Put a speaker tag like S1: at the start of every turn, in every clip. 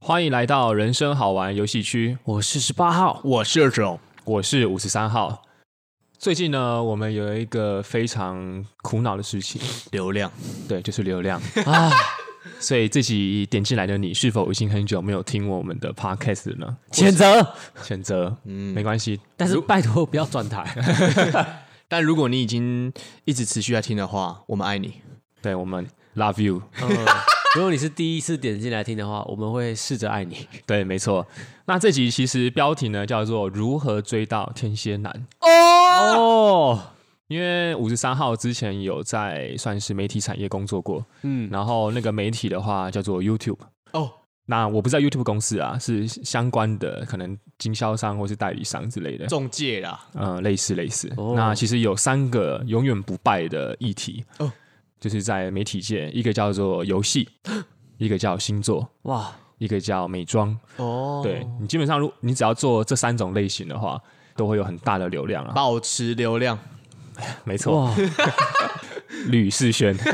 S1: 欢迎来到人生好玩游戏区，我是十八号，
S2: 我是二九，
S1: 我是五十三号。最近呢，我们有一个非常苦恼的事情，
S2: 流量
S1: 对，就是流量啊。所以这集点进来的你，是否已经很久没有听我们的 podcast 了呢？
S3: 谴责。
S1: 谴责，嗯，没关系。
S3: 但是拜托不要转 台，
S2: 但如果你已经一直持续在听的话，我们爱你。
S1: 对我们 love you，
S3: 嗯如果你是第一次点进来听的话，我们会试着爱你。
S1: 对，没错。那这集其实标题呢叫做“如何追到天蝎男”。
S3: 哦，
S1: 因为五十三号之前有在算是媒体产业工作过，
S3: 嗯，
S1: 然后那个媒体的话叫做 YouTube。
S2: 哦，
S1: 那我不知道 YouTube 公司啊，是相关的可能经销商或是代理商之类的，
S2: 中介啦，
S1: 呃，类似类似。
S3: 哦
S1: 那其实有三个永远不败的议题，
S2: 哦
S1: 就是在媒体界，一个叫做游 戏，一个叫星座，
S3: 哇，
S1: 一个叫美妆。
S2: 哦，
S1: 对你基本上，如你只要做这三种类型的话，都会有很大的流量啊。
S2: 保持流量，
S1: 没错，
S3: 哇，
S1: 吕世轩，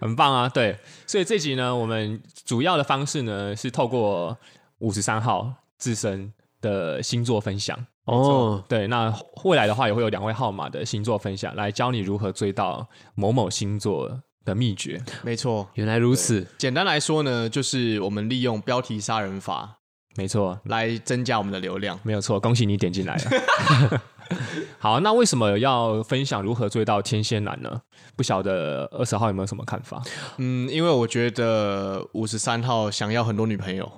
S1: 很棒啊！对，所以这集呢，我们主要的方式呢是透过五十三号自身的星座分享。
S3: 哦，
S1: 对，那未来的话也会有两位号码的星座分享，来教你如何追到某某星座的秘诀。
S2: 没错。
S3: 原来如此，
S2: 简单来说呢，就是我们利用标题杀人法
S1: 没错，
S2: 来增加我们的流量。
S1: 没有错，恭喜你点进来了。 好，那为什么要分享如何追到天蝎男呢？不晓得二十号有没有什么看法？
S2: 嗯，因为我觉得五十三号想要很多女朋友，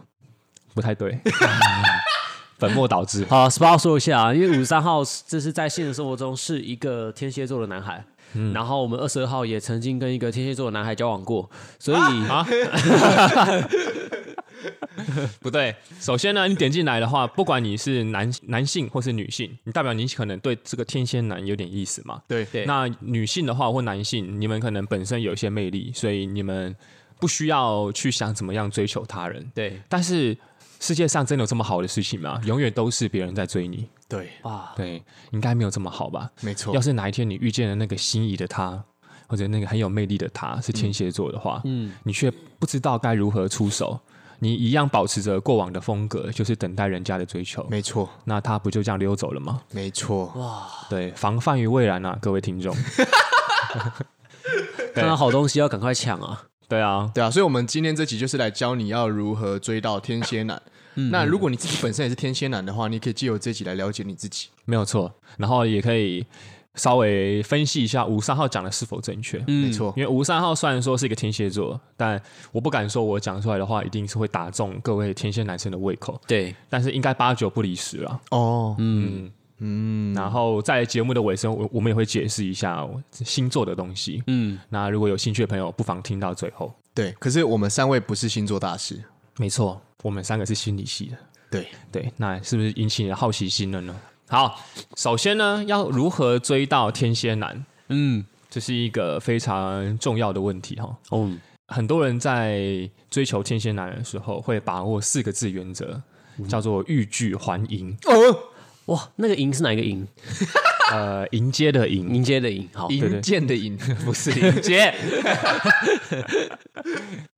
S1: 不太对， 本末倒置。
S3: 好 s p a 说一下啊，因为五十三号这是在现实生活中是一个天蝎座的男孩，然后我们二十二号也曾经跟一个天蝎座的男孩交往过，所以啊，
S1: 不对，首先呢，你点进来的话，不管你是男男性或是女性，你代表你可能对这个天蝎男有点意思嘛。
S2: 对对
S1: 那女性的话或男性，你们可能本身有一些魅力，所以你们不需要去想怎么样追求他人。
S2: 对
S1: 但是世界上真的有这么好的事情吗？永远都是别人在追你。
S2: 对，
S3: 哇，
S1: 对，应该没有这么好吧？
S2: 没错
S1: 要。是哪一天你遇见了那个心仪的他，或者那个很有魅力的他是天蝎座的话，嗯，你却不知道该如何出手，你一样保持着过往的风格，就是等待人家的追求，
S2: 没错，
S1: 那他不就这样溜走了吗？
S2: 没错，
S1: 对，防范于未然啊，各位听 众。
S3: 看到好东西要赶快抢啊！
S1: 对啊，
S2: 对啊，所以我们今天这集就是来教你要如何追到天蝎男。那如果你自己本身也是天蝎男的话，你可以借由这集来了解你自己。
S1: 没有错。然后也可以稍微分析一下吴三号讲的是否正确。
S2: 没错，
S1: 因为吴三号虽然说是一个天蝎座，但我不敢说我讲出来的话一定是会打中各位天蝎男生的胃口，
S3: 对，
S1: 但是应该八九不离十了。
S2: 哦，
S1: 嗯，嗯，然后在节目的尾声，我我们也会解释一下哦星座的东西。
S3: 嗯，
S1: 那如果有兴趣的朋友，不妨听到最后。
S2: 对。可是我们三位不是星座大师，
S1: 没错，我们三个是心理系的，
S2: 对，
S1: 对，那是不是引起你的好奇心了呢？好，首先呢，要如何追到天蝎男，
S3: 嗯，
S1: 这是一个非常重要的问题哈、
S3: 哦，
S1: 很多人在追求天蝎男的时候，会把握四个字原则，叫做欲拒还迎，
S2: 哦
S3: 哇，那个赢是哪一个赢？
S1: 呃，迎接的迎，
S3: 迎接的赢，好，
S2: 银剑的银不是
S1: 迎接。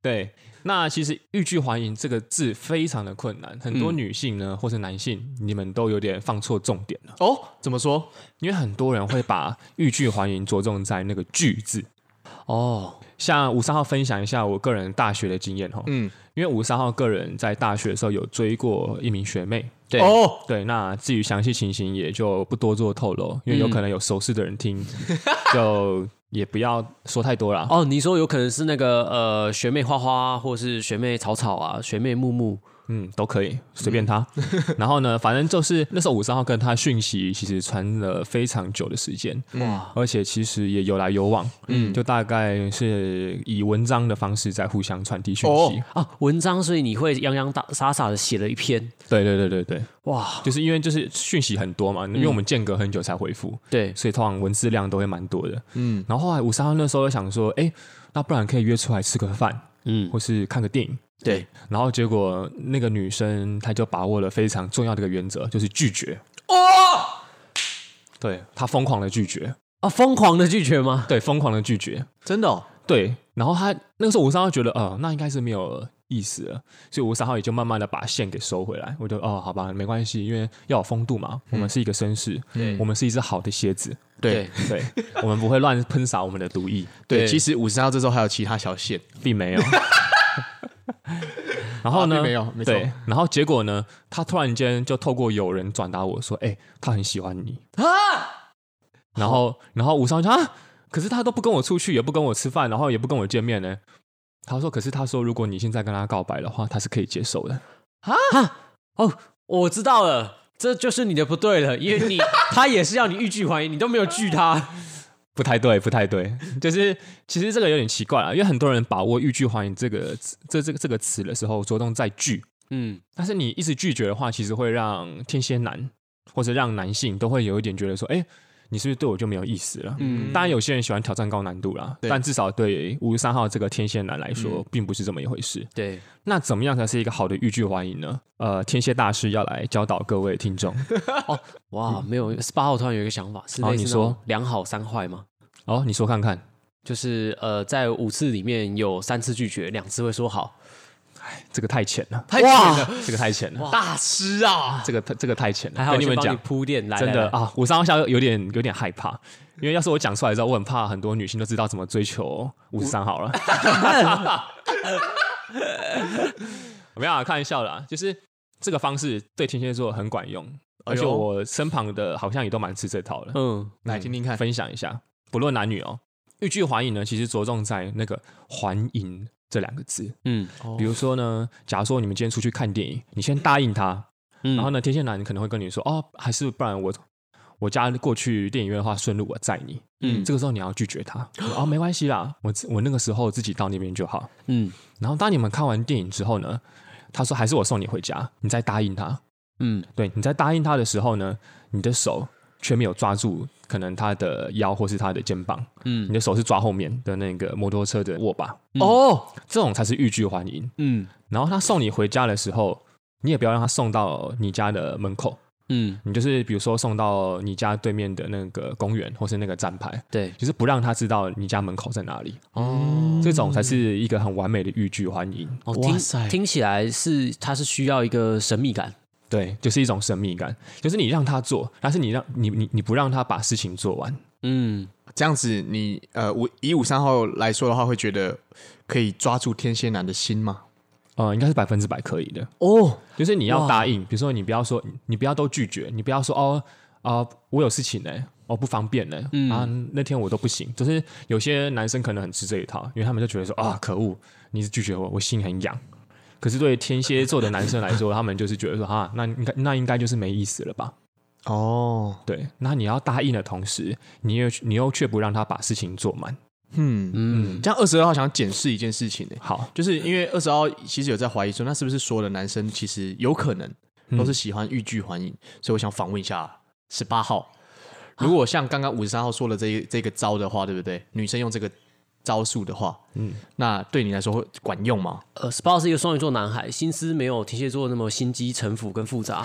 S1: 对，那其实欲拒还迎这个字非常的困难，很多女性呢、或是男性，你们都有点放错重点了，
S2: 哦，怎么说？
S1: 因为很多人会把欲拒还迎着重在那个拒字。
S3: 哦，
S1: 像五三号分享一下我个人大学的经验哈，
S2: 嗯，
S1: 因为五三号个人在大学的时候有追过一名学妹，
S3: 对，
S2: 哦，
S1: 对，那至于详细情形也就不多做透露，因为有可能有熟识的人听，就也不要说太 多了。
S3: 哦，你说有可能是那个呃学妹花花，或是学妹草草啊，学妹木木，
S1: 嗯，都可以，随便他。 然后呢，反正就是那时候五三号跟他讯息其实传了非常久的时间，
S2: 哇，
S1: 而且其实也有来有往，嗯，就大概是以文章的方式在互相传递讯息。
S2: 哦
S3: 啊，文章，所以你会洋洋大傻傻的写了一篇，
S1: 对对对对对，
S3: 哇，
S1: 就是因为就是讯息很多嘛，因为我们间隔很久才回复，
S3: 对，
S1: 所以通常文字量都会蛮多的。嗯，然后后来五三号那时候想说，哎、那不然可以约出来吃个饭，
S3: 嗯，
S1: 或是看个电影。
S3: 对，
S1: 然后结果那个女生她就把握了非常重要的一个原则，就是拒绝。哦，对她疯狂的拒绝，
S3: 啊，疯狂的拒绝吗？
S1: 对，疯狂的拒绝。
S2: 真的哦，
S1: 对，然后他那个时候五十三号觉得，呃，那应该是没有意思了，所以五十三号也就慢慢的把线给收回来。我就哦，好吧，没关系，因为要有风度嘛，
S2: 嗯
S1: 我们是一个绅士，
S3: 对
S1: 我们是一只好的蝎子，
S2: 对
S1: 对，我们不会乱喷洒我们的毒液，
S2: 对，
S3: 对
S2: 其实五十三号这时候还有其他小线，
S1: 并没有。 然哦后呢？
S2: 啊并没有没错
S1: 对，然后结果呢？他突然间就透过友人转达我说：“哎、他很喜欢你啊！”然后，然后吴商就啊，可是他都不跟我出去，也不跟我吃饭，然后也不跟我见面呢。他说：“可是他说，如果你现在跟他告白的话，他是可以接受的。
S3: 哦，我知道了。这就是你的不对了，因为你他也是要你欲拒还迎，你都没有拒他。”
S1: 不太对，不太对， 就是其实这个有点奇怪啊，因为很多人把握“欲拒还迎”这个这这个这个词的时候，着重在拒，
S3: 嗯，
S1: 但是你一直拒绝的话，其实会让天蝎男或者让男性都会有一点觉得说，哎、你是不是对我就没有意思了？嗯，当然有些人喜欢挑战高难度啦，
S2: 对
S1: 但至少对五十三号这个天蝎男来说，并不是这么一回事。
S3: 对，
S1: 那怎么样才是一个好的欲拒还迎呢？呃，天蝎大师要来教导各位听众
S3: 哇，没有十八号突然有一个想法，是
S1: 好
S3: 类似
S1: 你
S3: 那
S1: 说
S3: 种两好三坏吗？
S1: 哦，你说看看，
S3: 就是呃，在五次里面有三次拒绝，两次会说好。
S1: 这个太浅了，
S2: 太浅了，
S1: 这个太浅了，
S2: 大师啊！
S1: 这个太这个太浅了，
S3: 还好
S1: 跟
S3: 你
S1: 们讲。
S3: 铺垫，来
S1: 真
S3: 来
S1: 的
S3: 来
S1: 啊，五三号下有点有点害怕，因为要是我讲出来之后，我很怕很多女性都知道怎么追求五十三号了。 没有、啊，开玩笑啦，就是这个方式对天蝎座很管用，而且
S2: 哎呦
S1: 我身旁的好像也都蛮吃这套的。
S3: 嗯，
S2: 来听听看，
S1: 分享一下，不论男女哦，欲拒还迎呢，其实着重在那个“还迎”这两个字。
S3: 嗯
S1: 比
S2: 哦
S1: 如说呢，假如说你们今天出去看电影，你先答应他，
S3: 嗯
S1: 然后呢，天蝎男可能会跟你说，哦，还是不然我我家过去电影院的话，顺路我载你。
S3: 嗯
S1: 嗯，这个时候你要拒绝他，哦，没关系啦，我自我那个时候自己到那边就好。
S3: 嗯
S1: 然后当你们看完电影之后呢，他说还是我送你回家，你再答应他。
S3: 嗯
S1: 对，你在答应他的时候呢，你的手却没有抓住可能他的腰或是他的肩膀，
S3: 嗯
S1: 你的手是抓后面的那个摩托车的握把，
S2: 哦，
S1: 这种才是欲拒还迎。
S3: 嗯
S1: 然后他送你回家的时候，你也不要让他送到你家的门口，
S3: 嗯，
S1: 你就是比如说送到你家对面的那个公园或是那个站牌，
S3: 对，
S1: 就是不让他知道你家门口在哪里。
S3: 哦
S1: 这种才是一个很完美的欲拒还迎。
S3: 哦，
S2: 哇
S3: 听
S2: 塞
S3: 听起来是它是需要一个神秘感，
S1: 对，就是一种神秘感，就是你让他做，但是你让你你你不让他把事情做完。
S3: 嗯，
S2: 这样子你呃，五以五三号来说的话，会觉得可以抓住天蝎男的心吗？
S1: 呃，应该是百分之百可以的，
S3: 哦，
S1: 就是你要答应，比如说你不要说，你不要都拒绝，你不要说哦啊、我有事情呢、哦不方便呢、啊那天我都不行。就是有些男生可能很吃这一套，因为他们就觉得说啊可恶，你拒绝我，我心很痒。可是对天蝎座的男生来说， 他们就是觉得说啊，那应该那应该就是没意思了吧？
S2: 哦，
S1: 对，那你要答应的同时，你又你又却不让他把事情做满。
S2: 嗯，
S3: 嗯
S2: 这样二十二号想检视一件事情呢、
S1: 好，
S2: 就是因为二十号其实有在怀疑说，那是不是所有的男生其实有可能都是喜欢欲拒还迎？所以我想访问一下十八号，如果像刚刚五十三号说的这一这个招的话，对不对？女生用这个招数的话，嗯，那对你来说会管用吗？
S3: 呃 s p a 是一个双鱼座男孩，心思没有天蝎座那么心机城府跟复杂。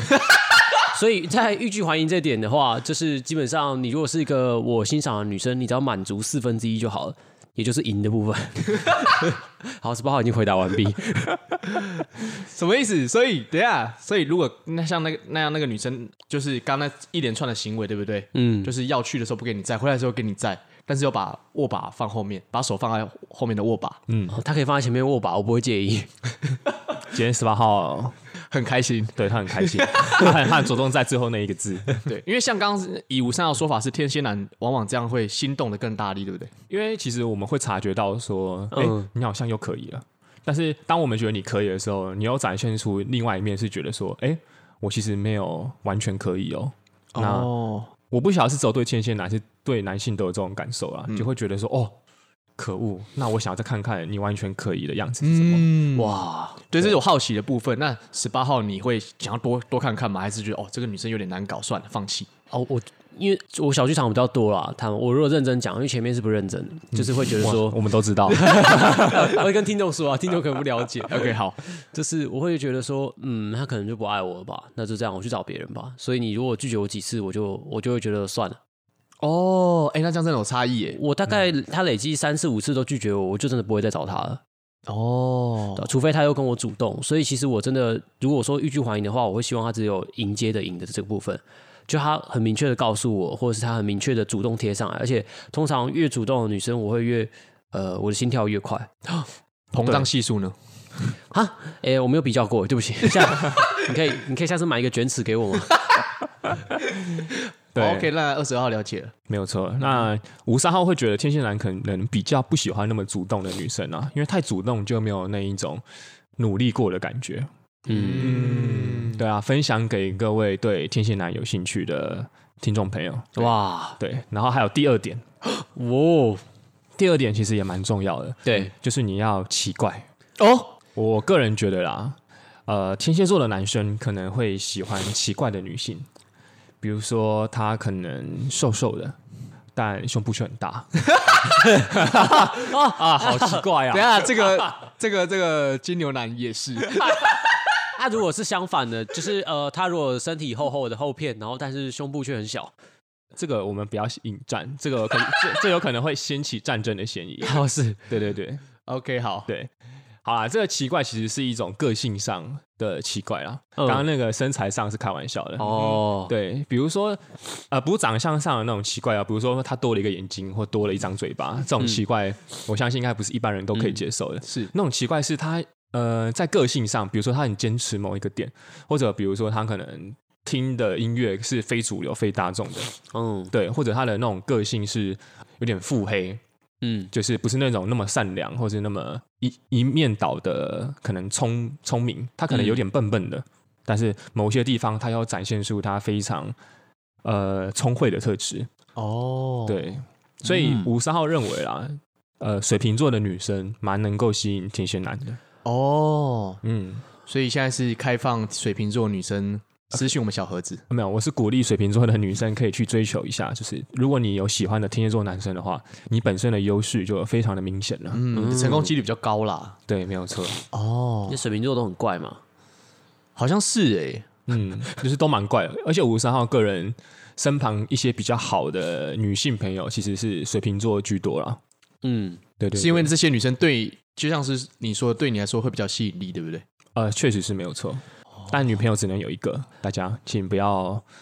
S3: 所以在欲拒还迎这点的话，就是基本上你如果是一个我欣赏的女生，你只要满足四分之一就好了，也就是赢的部分。好，十八号已经回答完毕。
S2: 什么意思？所以等一下，所以如果那像那个那样那个女生，就是刚那一连串的行为，对不对？
S3: 嗯
S2: 就是要去的时候不给你载，回来的时候给你载，但是又把握把放后面，把手放在后面的握把，
S3: 哦他可以放在前面握把，我不会介意。
S1: 今天十八号，
S2: 很开心。
S1: 对他很开心， 他很他很着重在最后那一个字，
S2: 对，因为像刚刚以五三号的说法是天蝎男，往往这样会心动的更大力，对不对？
S1: 因为其实我们会察觉到说，哎、
S3: 嗯
S1: 你好像又可以了。但是当我们觉得你可以的时候，你又展现出另外一面，是觉得说，哎、我其实没有完全可以哦。那
S2: 哦，
S1: 我不晓得是只有对天蝎男，是对男性都有这种感受啊，就会觉得说，哦，可恶，那我想要再看看你完全可以的样子是什么。
S2: 嗯，
S3: 哇，
S2: 对，这是我好奇的部分。那十八号你会想要多多看看吗？还是觉得哦，这个女生有点难搞，算了，放弃？
S3: 哦，我因为我小剧场比较多啦，他们我如果认真讲，因为前面是不认真的，就是会觉得说
S2: 嗯
S1: 哇，我们都知道，
S3: 我会跟听众说啊，听众可能不了解。
S2: OK，好，
S3: 就是我会觉得说，嗯，他可能就不爱我了吧，那就这样，我去找别人吧。所以你如果拒绝我几次，我就我就会觉得算了，
S2: 哦，哎、那这样真的有差异耶。
S3: 我大概
S2: 嗯
S3: 他累积三四五次都拒绝我，我就真的不会再找他了，
S2: 哦
S3: 对，除非他又跟我主动。所以其实我真的，如果说欲拒还迎的话，我会希望他只有迎接的赢的这个部分，就他很明确的告诉我，或者是他很明确的主动贴上来。而且通常越主动的女生，我会越呃我的心跳越快。
S2: 膨胀系数呢？
S3: 啊，哎、我没有比较过，对不起， 下你可以你可以下次买一个卷尺给我吗？
S1: 对
S2: o k 那二十二号了解了。
S1: 没有错。那五三号会觉得天蝎男可能比较不喜欢那么主动的女生啊，因为太主动就没有那一种努力过的感觉。嗯，对啊，分享给各位对天蝎男有兴趣的听众朋友。
S3: 嗯哇，
S1: 对，然后还有第二点，
S3: 哇，
S1: 第二点其实也蛮重要的，
S3: 对，
S1: 就是你要奇怪。
S2: 哦，
S1: 我个人觉得啦，呃，天蝎座的男生可能会喜欢奇怪的女性，比如说她可能瘦瘦的，但胸部却很大。啊，好奇怪
S2: 等一
S1: 啊！
S2: 下这 个这个这个金牛男也 是，
S3: 那如果是相反的，就是呃，他如果身体厚厚的厚片，然后但是胸部却很小，
S1: 这个我们不要引战，这个可能这这有可能会掀起战争的嫌疑。
S3: 哦是，
S1: 对对对
S2: OK，好，
S1: 对，好啦，这个奇怪其实是一种个性上的奇怪啦。
S3: 嗯
S1: 刚刚那个身材上是开玩笑的，
S3: 哦，
S1: 对，比如说，呃，不是长相上的那种奇怪啊，比如说他多了一个眼睛或多了一张嘴巴，这种奇怪，我相信应该不是一般人都可以接受的。
S2: 是
S1: 那种奇怪是他呃在个性上，比如说他很坚持某一个点，或者比如说他可能听的音乐是非主流、非大众的，
S3: 嗯
S1: 对，或者他的那种个性是有点腹黑，
S3: 嗯，
S1: 就是不是那种那么善良或是那么一一面倒的，可能聪聪明，他可能有
S2: 嗯
S1: 点笨笨的，但是某些地方他要展现出他非常呃聪慧的特质。
S2: 哦，嗯
S1: 对，所以五三号认为啦，呃，水瓶座的女生蛮能够吸引天蝎男的。
S2: 哦，
S1: 嗯，
S2: 所以现在是开放水瓶座女生私讯我们小盒子，
S1: 没有，我是鼓励水瓶座的女生可以去追求一下，就是如果你有喜欢的天蝎座男生的话，你本身的优势就非常的明显了。
S2: 嗯，成功几率比较高啦。
S1: 对，没有错。
S2: 哦
S3: 那，水瓶座都很怪嘛，
S2: 好像是哎，
S1: 嗯，就是都蛮怪的。 而且五三号个人身旁一些比较好的女性朋友，其实是水瓶座居多啦。
S3: 嗯，
S1: 对对
S2: 是因为这些女生对，就像是你说，对你来说会比较吸引力，对不对？
S1: 呃，确实是没有错。但女朋友只能有一个，大家请不要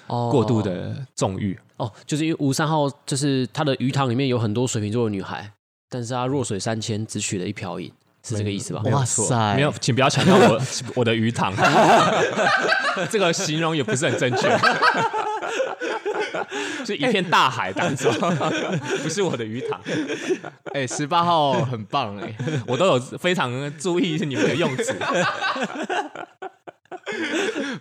S3: 哦
S1: 过度的纵欲。
S3: 哦，就是因为吴三号就是他的鱼塘里面有很多水瓶座的女孩，但是他弱水三千，只取了一瓢饮，是这个意思吧？
S1: 没有
S2: 哇
S1: 错
S2: 塞
S1: 没有，请不要强调 我我的鱼塘，这个形容也不是很正确。 是一片大海当中， 不是我的鱼塘，
S2: 哎，十八号很棒哎，
S1: 我都有非常注意你们的用词。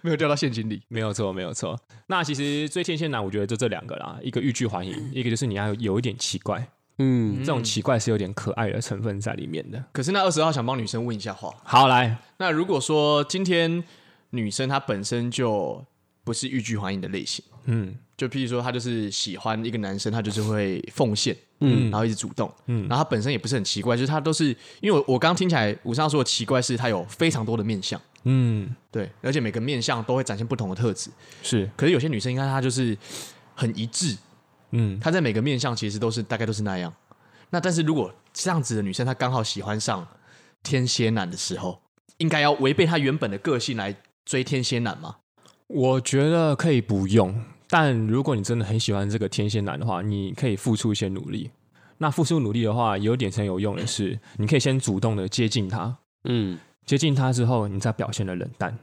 S2: 没有掉到陷阱里。
S1: 没有错，没有错。那其实最天蝎男，我觉得就这两个啦，一个欲拒还迎，一个就是你要有一点奇怪，
S3: 嗯，
S1: 这种奇怪是有点可爱的成分在里面的。
S2: 可是那二十号想帮女生问一下话，
S1: 好，来，
S2: 那如果说今天女生她本身就不是欲拒还迎的类型，
S1: 嗯，
S2: 就譬如说她就是喜欢一个男生，她就是会奉献，
S1: 嗯
S2: 嗯，然后一直主动，
S1: 嗯
S2: 嗯，然后她本身也不是很奇怪，就是她都是因为我我刚刚听起来武尚说的奇怪是她有非常多的面相，
S1: 嗯，
S2: 对，而且每个面相都会展现不同的特质，
S1: 是，
S2: 可是有些女生应该她就是很一致，
S1: 嗯，
S2: 她在每个面相其实都是大概都是那样。那但是如果这样子的女生她刚好喜欢上天蝎男的时候，应该要违背她原本的个性来追天蝎男吗？
S1: 我觉得可以不用，但如果你真的很喜欢这个天蝎男的话，你可以付出一些努力。那付出努力的话，有点很有用的是，你可以先主动的接近他，
S3: 嗯，
S1: 接近他之后，你再表现的冷淡，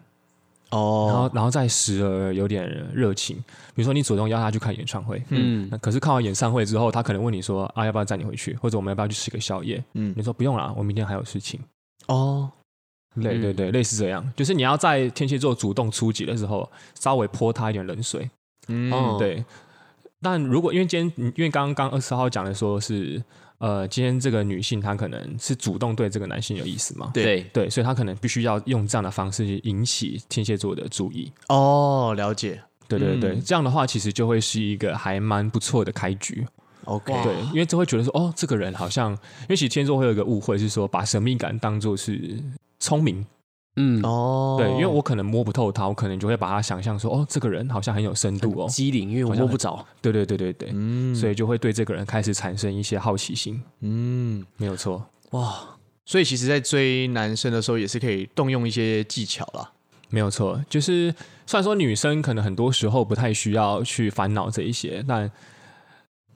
S1: 然
S2: 哦，
S1: 后然后再时而有点热情。比如说，你主动邀他去看演唱会，
S3: 嗯
S1: 那可是看完演唱会之后，他可能问你说啊，要不要载你回去，或者我们要不要去吃个宵夜？
S2: 嗯
S1: 你，说不用啦，我明天还有事情。
S2: 哦，
S1: 类对
S2: 嗯
S1: 对，类似这样，就是你要在天蝎座主动出击的时候，稍微泼他一点冷水。
S2: 嗯
S3: 哦
S1: 对。但如果因为今天，因为刚刚二十号讲的说是，呃，今天这个女性她可能是主动对这个男性有意思嘛？
S2: 对
S3: 对，
S1: 对，所以她可能必须要用这样的方式去引起天蝎座的注意。
S2: 哦，了解。
S1: 对对对，
S2: 嗯
S1: 这样的话其实就会是一个还蛮不错的开局。
S2: OK，
S1: 对，因为就会觉得说，哦，这个人好像，因为其实天蝎座会有一个误会，是说把神秘感当做是聪明，
S3: 嗯，
S2: 哦
S1: 对，因为我可能摸不透他，我可能就会把他想象说，哦，这个人好像很有深度哦。
S3: 机灵，因为我摸不着。
S1: 对对对对对，
S2: 嗯
S1: 所以就会对这个人开始产生一些好奇心，
S2: 嗯，
S1: 没有错。
S3: 哇，
S2: 所以其实，在追男生的时候，也是可以动用一些技巧啦。
S1: 没有错，就是虽然说女生可能很多时候不太需要去烦恼这一些，但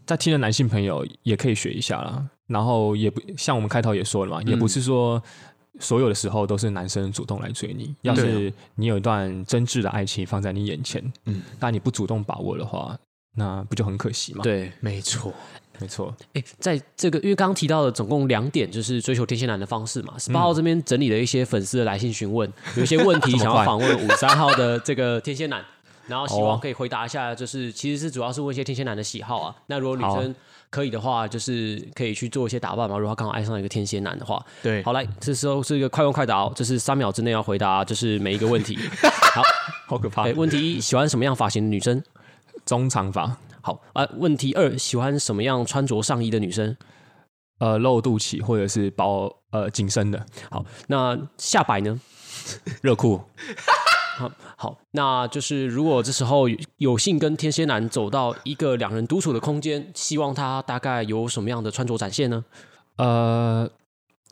S1: 在听的男性朋友也可以学一下啦。然后也不像我们开头也说了嘛，也不是说所有的时候都是男生主动来追你。要
S2: 对
S1: 是你有一段真挚的爱情放在你眼前，
S2: 嗯
S1: 嗯，但你不主动把握的话，那不就很可惜吗？，
S3: 对，
S2: 没错，
S1: 没错，
S3: 哎，在这个因为刚刚提到的总共两点，就是追求天蝎男的方式
S1: 嗯
S3: 嘛。十八号这边整理了一些粉丝的来信询问，有一些问 题想要访问五三号的这个天蝎男，然后希
S1: 哦
S3: 望可以回答一下，就是其实是主要是问一些天蝎男的喜好啊。那如果女
S1: 好啊
S3: 生可以的话，就是可以去做一些打扮嘛。如果她刚好爱上一个天蝎男的话，
S2: 对，
S3: 好，来，这时候是一个快问快答哦，就是三秒之内要回答，就是每一个问 题。好，
S1: 好可怕
S3: 哎，问题一，喜欢什么样发型的女生？
S1: 中长发，
S3: 好啊、问题二，喜欢什么样穿着上衣的女生？
S1: 呃，露肚脐或者是包呃紧身的
S3: 好，那下摆呢？
S1: 热裤，
S3: 好，那就是如果这时候有有幸跟天蝎男走到一个两人独处的空间，希望他大概有什么样的穿着展现呢？
S1: 呃，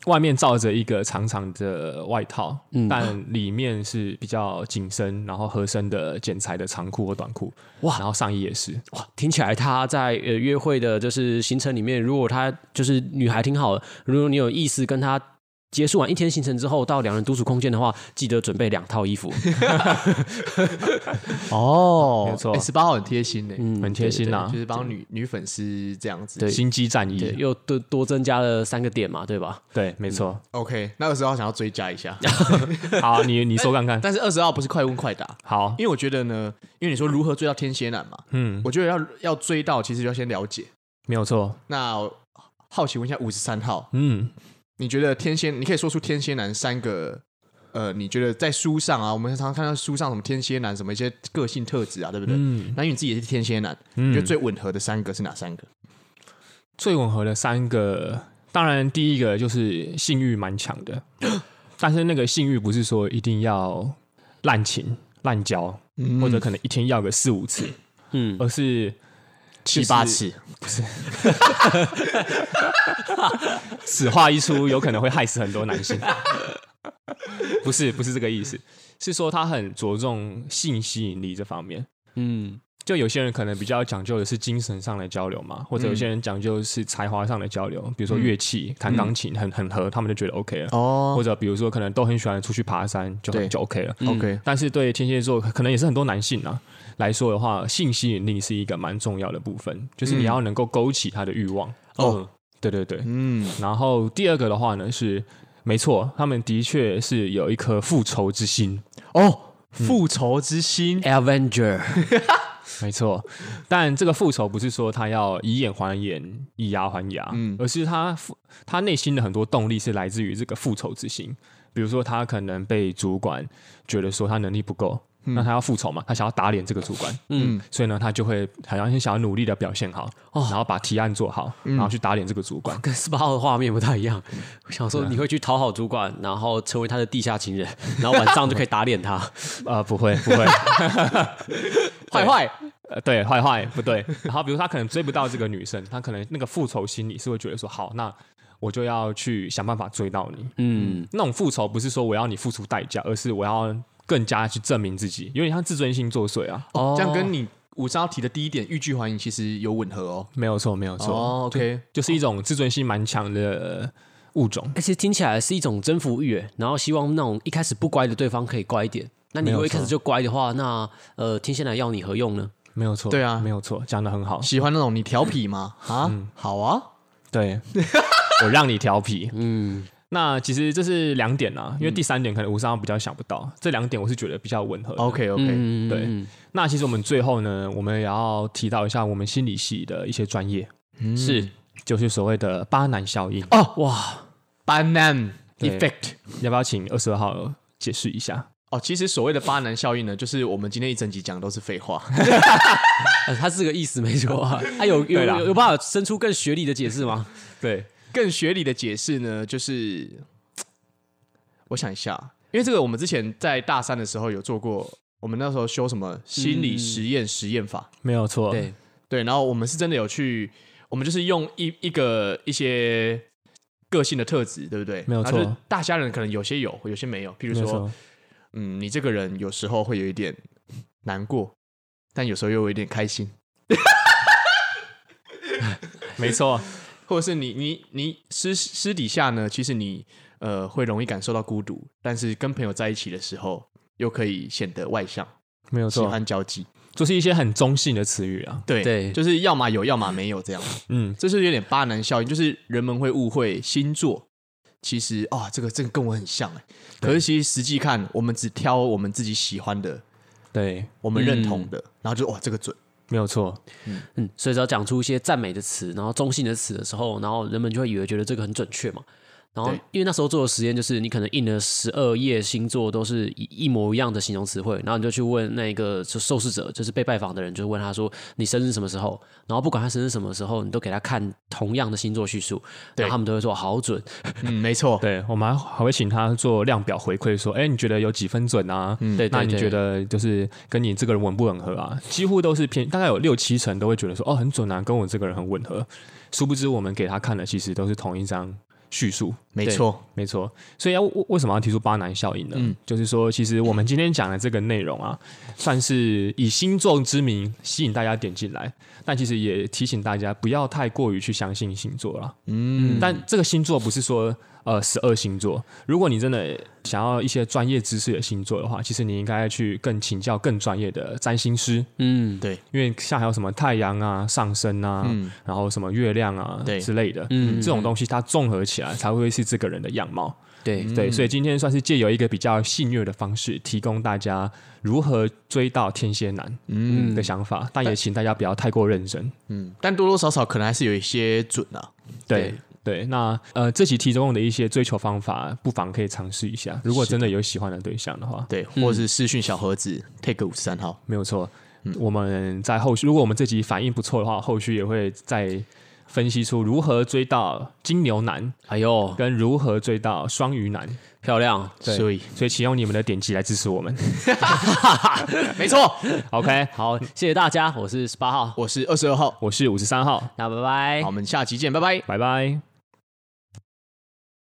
S1: 外面罩着一个长长的外套，
S3: 嗯
S1: 但里面是比较紧身，然后合身的剪裁的长裤或短裤，
S3: 哇
S1: 然后上衣也是，
S2: 嗯
S3: 哇，听起来他在呃约会的就是行程里面，如果他就是女孩挺好的，如果你有意思跟他。结束完一天行程之后，到两人独处空间的话，记得准备两套 衣服。
S2: 哦，
S1: 没错
S2: 十八号很贴心啊呢，
S3: 嗯，
S1: 很贴心呐、
S2: 就是帮女女粉丝这样子。
S3: 对
S1: 心机战
S3: 对，
S1: 役，
S3: 又多多增加了三个点嘛，对吧？
S1: 对，
S2: 嗯
S1: 没错。
S2: ，OK，那二十号想要追加一下，
S1: 好，你你说看看，
S2: 但是二十号不是快问快答，
S1: 好，
S2: 因为我觉得呢，因为你说如何追到天蝎男嘛，
S1: 嗯，
S2: 我觉得要要追到，其实就要先了解。
S1: 没有错，
S2: 那我好奇问一下五十三号，
S1: 嗯，
S2: 你觉得天蝎，你可以说出天蝎男三个，呃，你觉得在书上啊，我们常常看到书上什么天蝎男什么一些个性特质啊，对不对？
S1: 嗯
S2: 那因为你自己也是天蝎男，
S1: 嗯
S2: 你觉得最吻合的三个是哪三个？
S1: 最吻合的三个，当然第一个就是性欲蛮强的， 但是那个性欲不是说一定要滥情滥交，
S2: 嗯
S1: 或者可能一天要个四五次，
S3: 嗯，
S1: 而是
S2: 七八次，
S1: 此话一出，有可能会害死很多男性。 不是，不是这个意思，是说他很着重性吸引力这方面。
S3: 嗯，
S1: 就有些人可能比较讲究的是精神上的交流嘛，或者
S2: 嗯
S1: 有些人讲究的是才华上的交流，比如说乐器、弹钢琴很很合，他们就觉得 OK 了。
S2: 嗯哦
S1: 或者比如说可能都很喜欢出去爬山，就
S2: 对嗯
S1: 很就 OK 了。嗯
S2: ，OK，
S1: 但是对天蝎座，可能也是很多男性啊来说的话，性吸引力是一个蛮重要的部分，就是你要能够勾起他的欲望。
S2: 嗯哦，
S1: 对对对，
S2: 嗯，
S1: 然后第二个的话呢是，没错，他们的确是有一颗复仇之心，
S2: 哦，
S3: 嗯
S2: 复仇之心，
S3: 哎 Avenger，
S1: 没错。但这个复仇不是说他要以眼还眼，以牙还牙，
S2: 嗯
S1: 而是他复他内心的很多动力是来自于这个复仇之心。比如说，他可能被主管觉得说他能力不够，那他要复仇嘛，他想要打脸这个主管，
S2: 嗯
S1: 嗯，所以呢，他就会好像很想要努力的表现好，然后把提案做好，然后去打脸这个主管。
S3: 跟十八号的画面不太一样。我想说你会去讨好主管，然后成为他的地下情人，然后晚上就可以打脸他。
S1: 呃，不会，不会，
S2: 坏坏，
S1: 呃，对，坏坏不对。然后比如他可能追不到这个女生，他可能那个复仇心理是会觉得说，好，那我就要去想办法追到你。
S3: 嗯，
S1: 那种复仇不是说我要你付出代价，而是我要更加去证明自己，有点像自尊心作祟啊。
S3: 哦
S2: 这样跟你五十号提的第一点欲拒还迎其实有吻合哦。
S1: 没有错，没有错，
S2: 哦，OK，
S1: 就是一种自尊心蛮强的物种。
S3: 而哎且听起来是一种征服欲，欸然后希望那种一开始不乖的对方可以乖一点。那你如果一开始就乖的话，那呃，天蝎男要你何用呢？
S1: 没有错，
S2: 对啊
S1: 没有错，讲的很好。
S2: 喜欢那种你调皮吗？
S3: 嗯
S2: 啊，好啊，
S1: 对， 我让你调皮。
S3: 嗯，
S1: 那其实这是两点啊，因为第三点可能吴三号比较想不到，这两点我是觉得比较吻合的。
S2: ，OK OK，
S3: 嗯
S1: 对那其实我们最后呢，我们也要提到一下我们心理系的一些专业，
S3: 是
S1: 就是所谓的巴南效应。
S2: 哦
S3: 哇，
S2: ，Banana
S1: 对
S2: Effect。
S1: 要不要请二十二号解释一下？
S2: 哦，其实所谓的巴南效应呢，就是我们今天一整集讲的都是废话。
S3: 呃他是这个意思没错啊。他有有
S1: 对啦
S3: 有有办法生出更学理的解释吗？
S1: 对，
S2: 更学理的解释呢，就是我想一下，因为这个我们之前在大三的时候有做过，我们那时候修什么心
S3: 嗯
S2: 理实验实验法，
S1: 没有错，
S3: 对，
S2: 对，然后我们是真的有去，我们就是用一一个一些个性的特质，对不对？
S1: 没有
S2: 然后就是
S1: 错
S2: 大家人可能有些有，有些没有。譬
S1: 比
S2: 如说，，嗯，你这个人有时候会有一点难过，但有时候又有一点开心，
S1: 没错，
S2: 或者是你你你私私底下呢，其实你呃会容易感受到孤独，但是跟朋友在一起的时候又可以显得外向，
S1: 没有
S2: 喜
S1: 错，
S2: 欢交际。
S1: 就是一些很中性的词语啊。
S2: 对
S3: 对
S2: 就是要么有，要么没有这样。
S1: 嗯，
S2: 这是有点巴南效应，就是人们会误会星座，其实啊、这个这个跟我很像哎，可是其实实际看，我们只挑我们自己喜欢的，
S1: 对，
S2: 我们认同
S1: 嗯
S2: 的，然后就哦哇，这个准，
S1: 没有错，
S3: 嗯，所以只要讲出一些赞美的词，然后中性的词的时候，然后人们就会以为觉得这个很准确嘛。然后
S2: 对
S3: 因为那时候做的实验就是，你可能印了十二页星座都是一一模一样的形容词汇，然后你就去问那个就受试者，就是被拜访的人，就问他说你生日什么时候？然后不管他生日什么时候，你都给他看同样的星座叙述，然
S2: 对
S3: 后他们都会说好准，
S2: 嗯， 没错，
S1: 对我们还还会请他做量表回馈，说，哎，你觉得有几分准啊？
S2: 嗯
S3: 对对
S1: 那你
S3: 对
S1: 觉得就是跟你这个人吻不吻合啊？几乎都是偏，大概有六七成都会觉得说，哦，很准啊，跟我这个人很吻合。殊不知我们给他看的其实都是同一张叙述，
S2: 没错，
S1: 没错，所以要为为什么要提出巴南效应呢？
S3: 嗯
S1: 就是说，其实我们今天讲的这个内容啊，算是以星座之名吸引大家点进来，但其实也提醒大家不要太过于去相信星座啦。嗯，但这个星座不是说呃十二星座，如果你真的想要一些专业知识的星座的话，其实你应该去更请教更专业的占星师，
S3: 嗯，
S2: 对，
S1: 因为像还有什么太阳啊、上升啊，然后什么月亮啊
S2: 对
S1: 之类的，
S3: 嗯
S1: 这种东西它综合起来才会是这个人的样貌。
S3: 对，
S2: 嗯
S1: 对，所以今天算是借由一个比较戏谑的方式，提供大家如何追到天蝎男嗯的想法，但也请大家不要太过认真。
S2: 嗯，但多多少少可能还是有一些准啊，
S1: 对对，那呃，这期提供的一些追求方法，不妨可以尝试一下。如果真的有喜欢的对象的话，
S2: 对，或者是私讯小盒子、take 五十三号，
S1: 没有错。我们在后续，如果我们这集反应不错的话，后续也会再分析出如何追到金牛男，
S3: 哎呦，
S1: 跟如何追到双鱼男。
S3: 漂亮，
S1: 对
S2: 所以
S1: 所以，请用你们的点击来支持我 们。
S2: 没错，
S1: OK，
S3: 好，谢谢大家，我是十八号，
S2: 我是二十二号，
S1: 我是五十三号，
S3: 那拜拜
S1: 哎
S2: 好，我。们下期见，拜拜。
S1: 拜拜。